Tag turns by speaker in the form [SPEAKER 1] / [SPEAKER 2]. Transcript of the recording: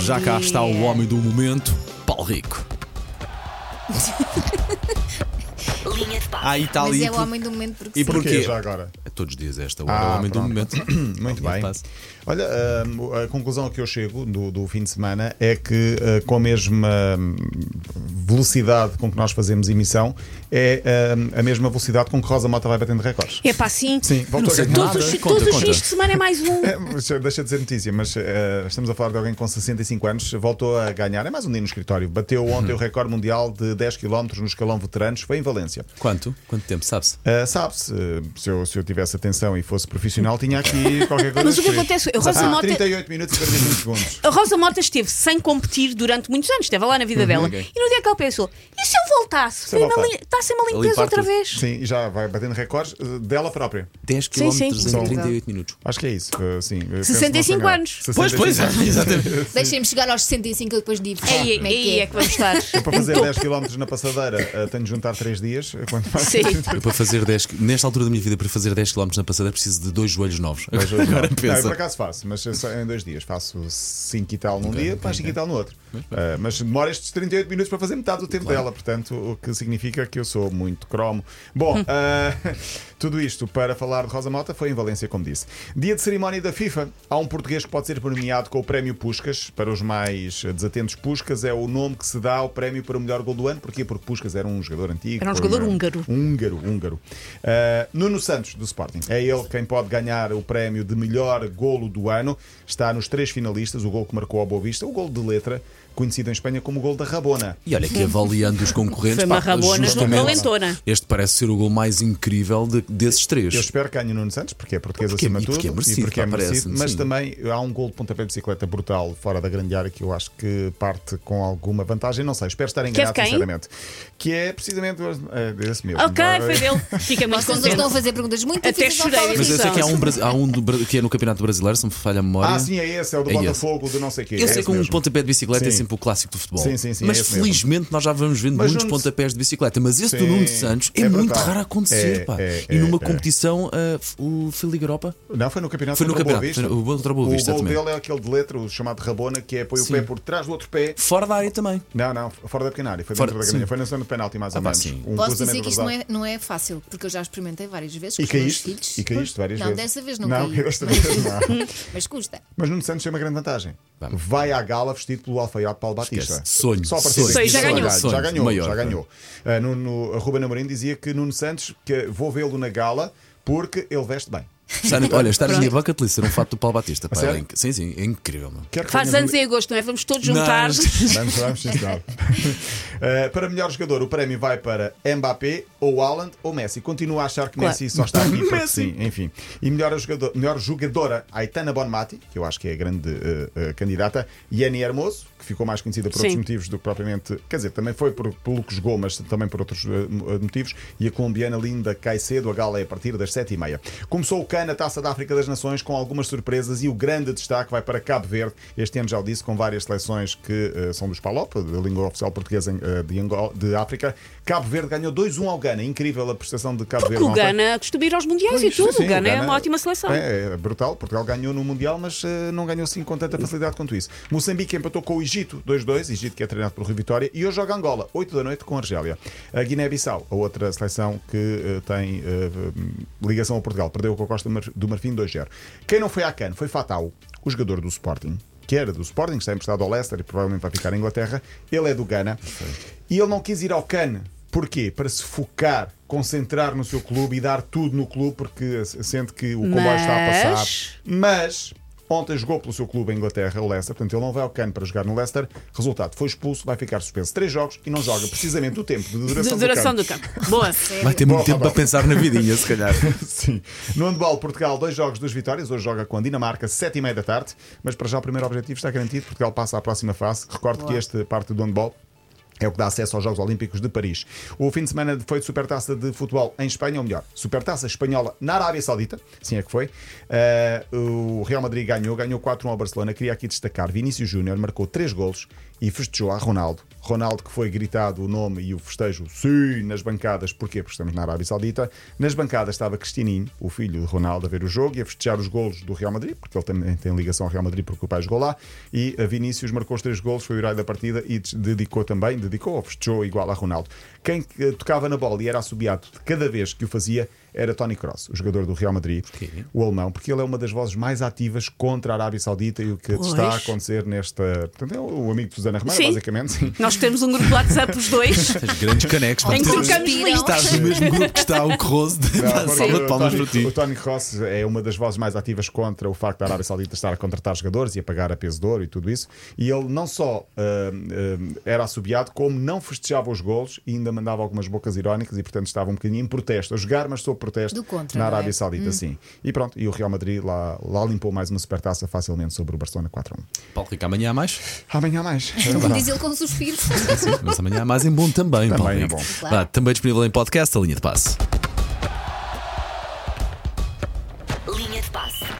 [SPEAKER 1] Já cá está o
[SPEAKER 2] Yeah.
[SPEAKER 1] homem do momento, Paulo Rico.
[SPEAKER 3] Linha de passe.
[SPEAKER 1] Ah, e tal
[SPEAKER 2] Mas
[SPEAKER 1] e
[SPEAKER 2] é o
[SPEAKER 1] por-
[SPEAKER 2] homem do momento porque
[SPEAKER 1] e
[SPEAKER 2] sim.
[SPEAKER 1] porquê?
[SPEAKER 4] já agora?
[SPEAKER 1] Todos os dias, esta hora,
[SPEAKER 4] Ah,
[SPEAKER 1] o homem
[SPEAKER 4] pronto.
[SPEAKER 1] do momento.
[SPEAKER 4] Muito
[SPEAKER 1] Alguém
[SPEAKER 4] bem.
[SPEAKER 1] passa.
[SPEAKER 4] Olha, hum, a conclusão a que eu chego do, do fim de semana é que uh, com a mesma hum, velocidade com que nós fazemos emissão é hum, a mesma velocidade com que Rosa Mota vai batendo recordes.
[SPEAKER 5] É pá, sim.
[SPEAKER 4] Sim, voltou a
[SPEAKER 1] sei
[SPEAKER 4] ganhar.
[SPEAKER 5] Todos,
[SPEAKER 1] nada.
[SPEAKER 5] os-
[SPEAKER 1] Conta,
[SPEAKER 5] todos os
[SPEAKER 1] conta.
[SPEAKER 5] fins de semana é mais um.
[SPEAKER 4] É, mas Deixa de dizer notícia, mas eh, estamos a falar de alguém com 65 anos, voltou a ganhar. É mais um dia no escritório. Bateu ontem
[SPEAKER 1] Uhum.
[SPEAKER 4] o recorde mundial de 10 km no escalão veteranos, foi em Valência.
[SPEAKER 1] Quanto? Quanto tempo, sabe-se?
[SPEAKER 4] Eh, Sabe-se, eh, se eu, se eu tivesse atenção e fosse profissional, tinha aqui qualquer coisa.
[SPEAKER 5] Mas o que
[SPEAKER 4] escrito.
[SPEAKER 5] acontece? A Rosa
[SPEAKER 4] Ah,
[SPEAKER 5] Mota-
[SPEAKER 4] 38 minutos e 45 segundos.
[SPEAKER 5] A Rosa Mota esteve sem competir durante muitos anos, esteve lá na vida dela.
[SPEAKER 1] ok.
[SPEAKER 5] E no dia que ela pensou: e se eu voltasse?
[SPEAKER 4] eu
[SPEAKER 5] Foi uma
[SPEAKER 4] voltar.
[SPEAKER 5] li- Está a ser uma limpeza
[SPEAKER 1] limpar
[SPEAKER 5] outra
[SPEAKER 1] tudo.
[SPEAKER 5] vez.
[SPEAKER 4] Sim, e já vai batendo recordes eh, dela própria.
[SPEAKER 1] 10 km
[SPEAKER 5] Sim, sim.
[SPEAKER 1] em 38 minutos.
[SPEAKER 4] Acho que é isso. eh, sim, eh, penso
[SPEAKER 5] 65
[SPEAKER 4] não sei
[SPEAKER 5] anos. é.
[SPEAKER 4] nada.
[SPEAKER 1] Pois, pois,
[SPEAKER 4] 65 anos.
[SPEAKER 1] exatamente.
[SPEAKER 2] Deixem-me chegar aos 65 e depois digo.
[SPEAKER 5] Aí,
[SPEAKER 2] como
[SPEAKER 5] é- aí é que vamos estar.
[SPEAKER 4] Para fazer 10 km na passadeira, eh, tenho de juntar 3 dias. eh, Quanto mais
[SPEAKER 5] Sim.
[SPEAKER 1] Eu, para fazer 10, ki- nesta altura da minha vida, para fazer 10 km na passadeira, preciso de dois joelhos novos. Agora
[SPEAKER 4] Não, eu por
[SPEAKER 1] pensa.
[SPEAKER 4] acaso faço, mas só em dois dias. Faço 5 e tal num dia, mais 5 e tal no outro. Ah, mas demora estes 38 minutos para fazer metade do tempo dela, portanto, o que significa que eu sou muito cromo. Bom, ah, tudo isto para falar de Rosa Mota foi em Valência, como disse. Dia de cerimónia da FIFA. Há um português que pode ser premiado com o Prémio Puscas. Para os mais desatentos, Puscas é o nome que se dá ao prémio para o melhor gol do ano. Porquê? Porque Puscas era um jogador antigo.
[SPEAKER 5] Era um
[SPEAKER 4] foi
[SPEAKER 5] jogador húngaro.
[SPEAKER 4] Húngaro, húngaro. Uh, Nuno Santos, do Sporting. É ele quem pode ganhar o prémio de melhor golo do ano. Está nos três finalistas, o gol que marcou ao Boa Vista, o gol de letra, conhecido em Espanha como o gol da Rabona.
[SPEAKER 1] E olha que avaliando os concorrentes,
[SPEAKER 5] Foi uma
[SPEAKER 1] pá,
[SPEAKER 5] rabona
[SPEAKER 1] justamente,
[SPEAKER 5] valentona.
[SPEAKER 1] Este parece ser o gol mais incrível de- desses três.
[SPEAKER 4] Eu espero que ganhe o Nuno Santos, porque é português
[SPEAKER 1] Porque é-
[SPEAKER 4] acima
[SPEAKER 1] e
[SPEAKER 4] de tudo.
[SPEAKER 1] porque é merecido,
[SPEAKER 4] e porque é
[SPEAKER 1] pá,
[SPEAKER 4] merecido
[SPEAKER 1] parece-me,
[SPEAKER 4] mas
[SPEAKER 1] sim.
[SPEAKER 4] também há um gol de pontapé de bicicleta brutal fora da grande área que eu acho que parte com alguma vantagem. Não sei, espero
[SPEAKER 1] é
[SPEAKER 4] estar
[SPEAKER 5] de
[SPEAKER 4] enganado,
[SPEAKER 5] quem?
[SPEAKER 4] sinceramente. Que é precisamente é, esse mesmo.
[SPEAKER 5] Ok,
[SPEAKER 4] Agora-
[SPEAKER 5] foi dele. Fica muito
[SPEAKER 2] Vocês estão a
[SPEAKER 5] contente.
[SPEAKER 2] fazer perguntas muito
[SPEAKER 5] é. Até
[SPEAKER 2] difíceis ao
[SPEAKER 5] chorei.
[SPEAKER 2] Paulo
[SPEAKER 1] Mas eu sei
[SPEAKER 2] Rico.
[SPEAKER 1] que há um, brasi- há um do Bra- que é no Campeonato Brasileiro, se me falha a memória.
[SPEAKER 4] Ah, sim, é esse, é o do
[SPEAKER 1] É esse.
[SPEAKER 4] Botafogo, do não sei o quê.
[SPEAKER 1] Eu
[SPEAKER 4] é
[SPEAKER 1] sei
[SPEAKER 4] esse
[SPEAKER 1] que um
[SPEAKER 4] mesmo.
[SPEAKER 1] pontapé de bicicleta é
[SPEAKER 4] Sim.
[SPEAKER 1] sempre o clássico do futebol.
[SPEAKER 4] Sim, sim, sim,
[SPEAKER 1] mas
[SPEAKER 4] é esse mesmo.
[SPEAKER 1] felizmente nós já vamos vendo
[SPEAKER 4] Mas
[SPEAKER 1] muitos
[SPEAKER 4] não-
[SPEAKER 1] pontapés de bicicleta. Mas esse do
[SPEAKER 4] Sim,
[SPEAKER 1] Nuno Santos é,
[SPEAKER 4] é
[SPEAKER 1] muito
[SPEAKER 4] brutal.
[SPEAKER 1] raro acontecer,
[SPEAKER 4] É,
[SPEAKER 1] pá.
[SPEAKER 4] é,
[SPEAKER 1] e
[SPEAKER 4] é,
[SPEAKER 1] numa
[SPEAKER 4] é.
[SPEAKER 1] competição, ah, f- o foi Liga Europa?
[SPEAKER 4] Não, foi no campeonato.
[SPEAKER 1] Foi no campeonato,
[SPEAKER 4] contra Boa Vista.
[SPEAKER 1] foi no- o contra Boa Vista,
[SPEAKER 4] O gol
[SPEAKER 1] também.
[SPEAKER 4] dele é aquele de letra, o chamado Rabona, que é põe o
[SPEAKER 1] Sim.
[SPEAKER 4] pé por trás do outro pé.
[SPEAKER 1] Fora da área também.
[SPEAKER 4] Não, não, fora da pequena área, foi
[SPEAKER 1] Fora-
[SPEAKER 4] dentro da
[SPEAKER 1] sim.
[SPEAKER 4] grande área, foi na zona de penalti mais
[SPEAKER 1] Ah,
[SPEAKER 4] ou
[SPEAKER 1] pá,
[SPEAKER 4] menos.
[SPEAKER 1] sim.
[SPEAKER 4] Um
[SPEAKER 2] Posso
[SPEAKER 4] cruzamento
[SPEAKER 2] dizer que isto não
[SPEAKER 4] cruzado.
[SPEAKER 2] é, não é fácil, porque eu já experimentei várias vezes com
[SPEAKER 4] E
[SPEAKER 2] os meus
[SPEAKER 4] caíste?
[SPEAKER 2] filhos.
[SPEAKER 4] E caíste várias
[SPEAKER 2] não,
[SPEAKER 4] vezes?
[SPEAKER 2] desta vez não,
[SPEAKER 4] Não,
[SPEAKER 2] caí.
[SPEAKER 4] eu desta vez não.
[SPEAKER 2] Mas custa.
[SPEAKER 4] Mas Nuno Santos tem uma grande vantagem.
[SPEAKER 1] Vamos.
[SPEAKER 4] Vai à gala vestido pelo alfaiate Paulo Batista.
[SPEAKER 1] Esquece. Sonho,
[SPEAKER 4] Só a partir
[SPEAKER 1] sonho.
[SPEAKER 4] daqui
[SPEAKER 5] Sim, já ganhou.
[SPEAKER 4] Já
[SPEAKER 1] Sonho,
[SPEAKER 4] ganhou.
[SPEAKER 1] maior,
[SPEAKER 4] já
[SPEAKER 1] claro.
[SPEAKER 4] ganhou. Ah, Nuno, Ruben Amorim dizia que Nuno Santos, que vou vê-lo na gala porque ele veste bem.
[SPEAKER 1] Está na- olha, está na minha bucket list, era um fato do Paulo Batista. pá,
[SPEAKER 4] sério?
[SPEAKER 1] era inc- sim, sim, é incrível. Mano.
[SPEAKER 4] Quero que
[SPEAKER 5] Faz
[SPEAKER 4] tenha-
[SPEAKER 5] anos em agosto, não é? Vamos todos juntar.
[SPEAKER 1] Não,
[SPEAKER 4] Vamos, vamos, sim, senhor. Eh, para melhor jogador, o prémio vai para Mbappé, ou Haaland, ou Messi. Continua a achar que Messi só está aqui porque sim, enfim. E melhor, jogador, melhor jogadora, Aitana Bonmati, que eu acho que é a grande eh, eh, candidata, Yanni Hermoso, que ficou mais conhecida por outros
[SPEAKER 5] Sim.
[SPEAKER 4] motivos do que propriamente. Quer dizer, também foi por, pelo que jogou, mas também por outros eh, mo- eh, motivos. E a colombiana Linda Caicedo, a gala é a partir das 7h30. Começou o CAN, a Taça da África das Nações, com algumas surpresas e o grande destaque vai para Cabo Verde. Este ano já o disse, com várias seleções que eh, são dos PALOP, da língua oficial portuguesa em- eh, de, Angola, de África. Cabo Verde ganhou 2-1 ao Gana. Incrível a prestação de Cabo
[SPEAKER 5] Porque
[SPEAKER 4] Verde.
[SPEAKER 5] o
[SPEAKER 4] ontem.
[SPEAKER 5] Gana costuma ir aos mundiais e
[SPEAKER 4] Pois,
[SPEAKER 5] tudo.
[SPEAKER 4] sim,
[SPEAKER 5] o Gana é uma ótima seleção.
[SPEAKER 4] É, é brutal. Portugal ganhou no Mundial, mas eh, não ganhou assim com tanta facilidade quanto isso. Moçambique empatou com o Egito 2-2, Egito que é treinado pelo Rui Vitória, e hoje joga Angola, 8 da noite com a Argélia. A Guiné-Bissau, a outra seleção que eh, tem eh, ligação a Portugal, perdeu com a Costa Mar- do Marfim 2-0. Quem não foi à CAN foi Fatal, o jogador do Sporting. Que era do Sporting, está emprestado ao Leicester e provavelmente vai ficar em Inglaterra. Ele é do Ghana e ele não quis ir ao CAN Porquê? Para se focar, concentrar no seu clube e dar tudo no clube, porque sente que o comboio está a
[SPEAKER 5] Mas-
[SPEAKER 4] passar. Mas ontem jogou pelo seu clube em Inglaterra, o Leicester, portanto ele não vai ao cano para jogar no Leicester. Resultado, foi expulso, vai ficar suspenso três jogos e não joga precisamente o tempo de
[SPEAKER 5] De
[SPEAKER 4] duração,
[SPEAKER 5] duração
[SPEAKER 4] do
[SPEAKER 5] do campo. Boa.
[SPEAKER 1] Vai ter muito
[SPEAKER 4] Bom,
[SPEAKER 1] tempo
[SPEAKER 4] bom.
[SPEAKER 1] para pensar na vidinha, se calhar.
[SPEAKER 4] Sim. No handball, Portugal, dois jogos, duas vitórias. Hoje joga com a Dinamarca, sete e meia da tarde. Mas para já o primeiro objetivo está garantido. Portugal passa à próxima fase. Recordo que esta parte do handball é o que dá acesso aos Jogos Olímpicos de Paris. O fim de semana foi de supertaça de futebol em Espanha, ou melhor, supertaça espanhola na Arábia Saudita, sim é que foi. Eh, um Ah, o Real Madrid ganhou, ganhou 4-1 ao Barcelona. Queria aqui destacar, Vinícius Júnior marcou três golos e festejou a Ronaldo. Ronaldo, que foi gritado o nome e o festejo, sim, nas bancadas. Porquê? Porque estamos na Arábia Saudita. Nas bancadas estava Cristininho, o filho de Ronaldo, a ver o jogo e a festejar os golos do Real Madrid, porque ele também tem ligação ao Real Madrid porque o pai jogou lá. E a Vinícius marcou os três golos, foi o herói da partida e des- dedicou também, dedicou ou festejou igual a Ronaldo. Quem eh, tocava na bola e era assobiado de cada vez que o fazia era Tony Cross, o jogador do Real Madrid, o alemão, porque ele é uma das vozes mais ativas contra a Arábia Saudita e o que
[SPEAKER 5] Pois.
[SPEAKER 4] está a acontecer nesta. Portanto, é o amigo de Susana Romero,
[SPEAKER 5] Sim.
[SPEAKER 4] basicamente. Sim.
[SPEAKER 5] Nós temos um grupo de WhatsApp, os dois.
[SPEAKER 1] Tens grandes canecos. pá.
[SPEAKER 5] Em que
[SPEAKER 1] Tu
[SPEAKER 5] trocamos
[SPEAKER 1] Estás
[SPEAKER 5] listas.
[SPEAKER 1] no mesmo grupo que está o Croze.
[SPEAKER 2] Tá
[SPEAKER 1] Dá
[SPEAKER 4] Não,
[SPEAKER 1] Salva
[SPEAKER 4] porque
[SPEAKER 1] de
[SPEAKER 4] o
[SPEAKER 1] palmas
[SPEAKER 4] Tony-
[SPEAKER 1] para ti.
[SPEAKER 4] O Tony Cross é uma das vozes mais ativas contra o facto da Arábia Saudita estar a contratar jogadores e a pagar a peso de ouro e tudo isso. E ele não só ah, ah, era assobiado, como não festejava os golos e ainda mandava algumas bocas irónicas e, portanto, estava um bocadinho em protesto, a jogar, mas sob protesto
[SPEAKER 2] Do contra,
[SPEAKER 4] na
[SPEAKER 2] não é?
[SPEAKER 4] Arábia Saudita, sim. E pronto, e o Real Madrid lá, lá limpou mais uma supertaça facilmente sobre o Barcelona 4-1.
[SPEAKER 1] Paulo Rico, amanhã há mais?
[SPEAKER 4] Amanhã há mais.
[SPEAKER 2] Diz ele com um suspiro.
[SPEAKER 1] Mas amanhã há mais em bom também, Paulo
[SPEAKER 4] é
[SPEAKER 1] Rico.
[SPEAKER 4] bom.
[SPEAKER 1] Vá, Também disponível em podcast, a linha de passe.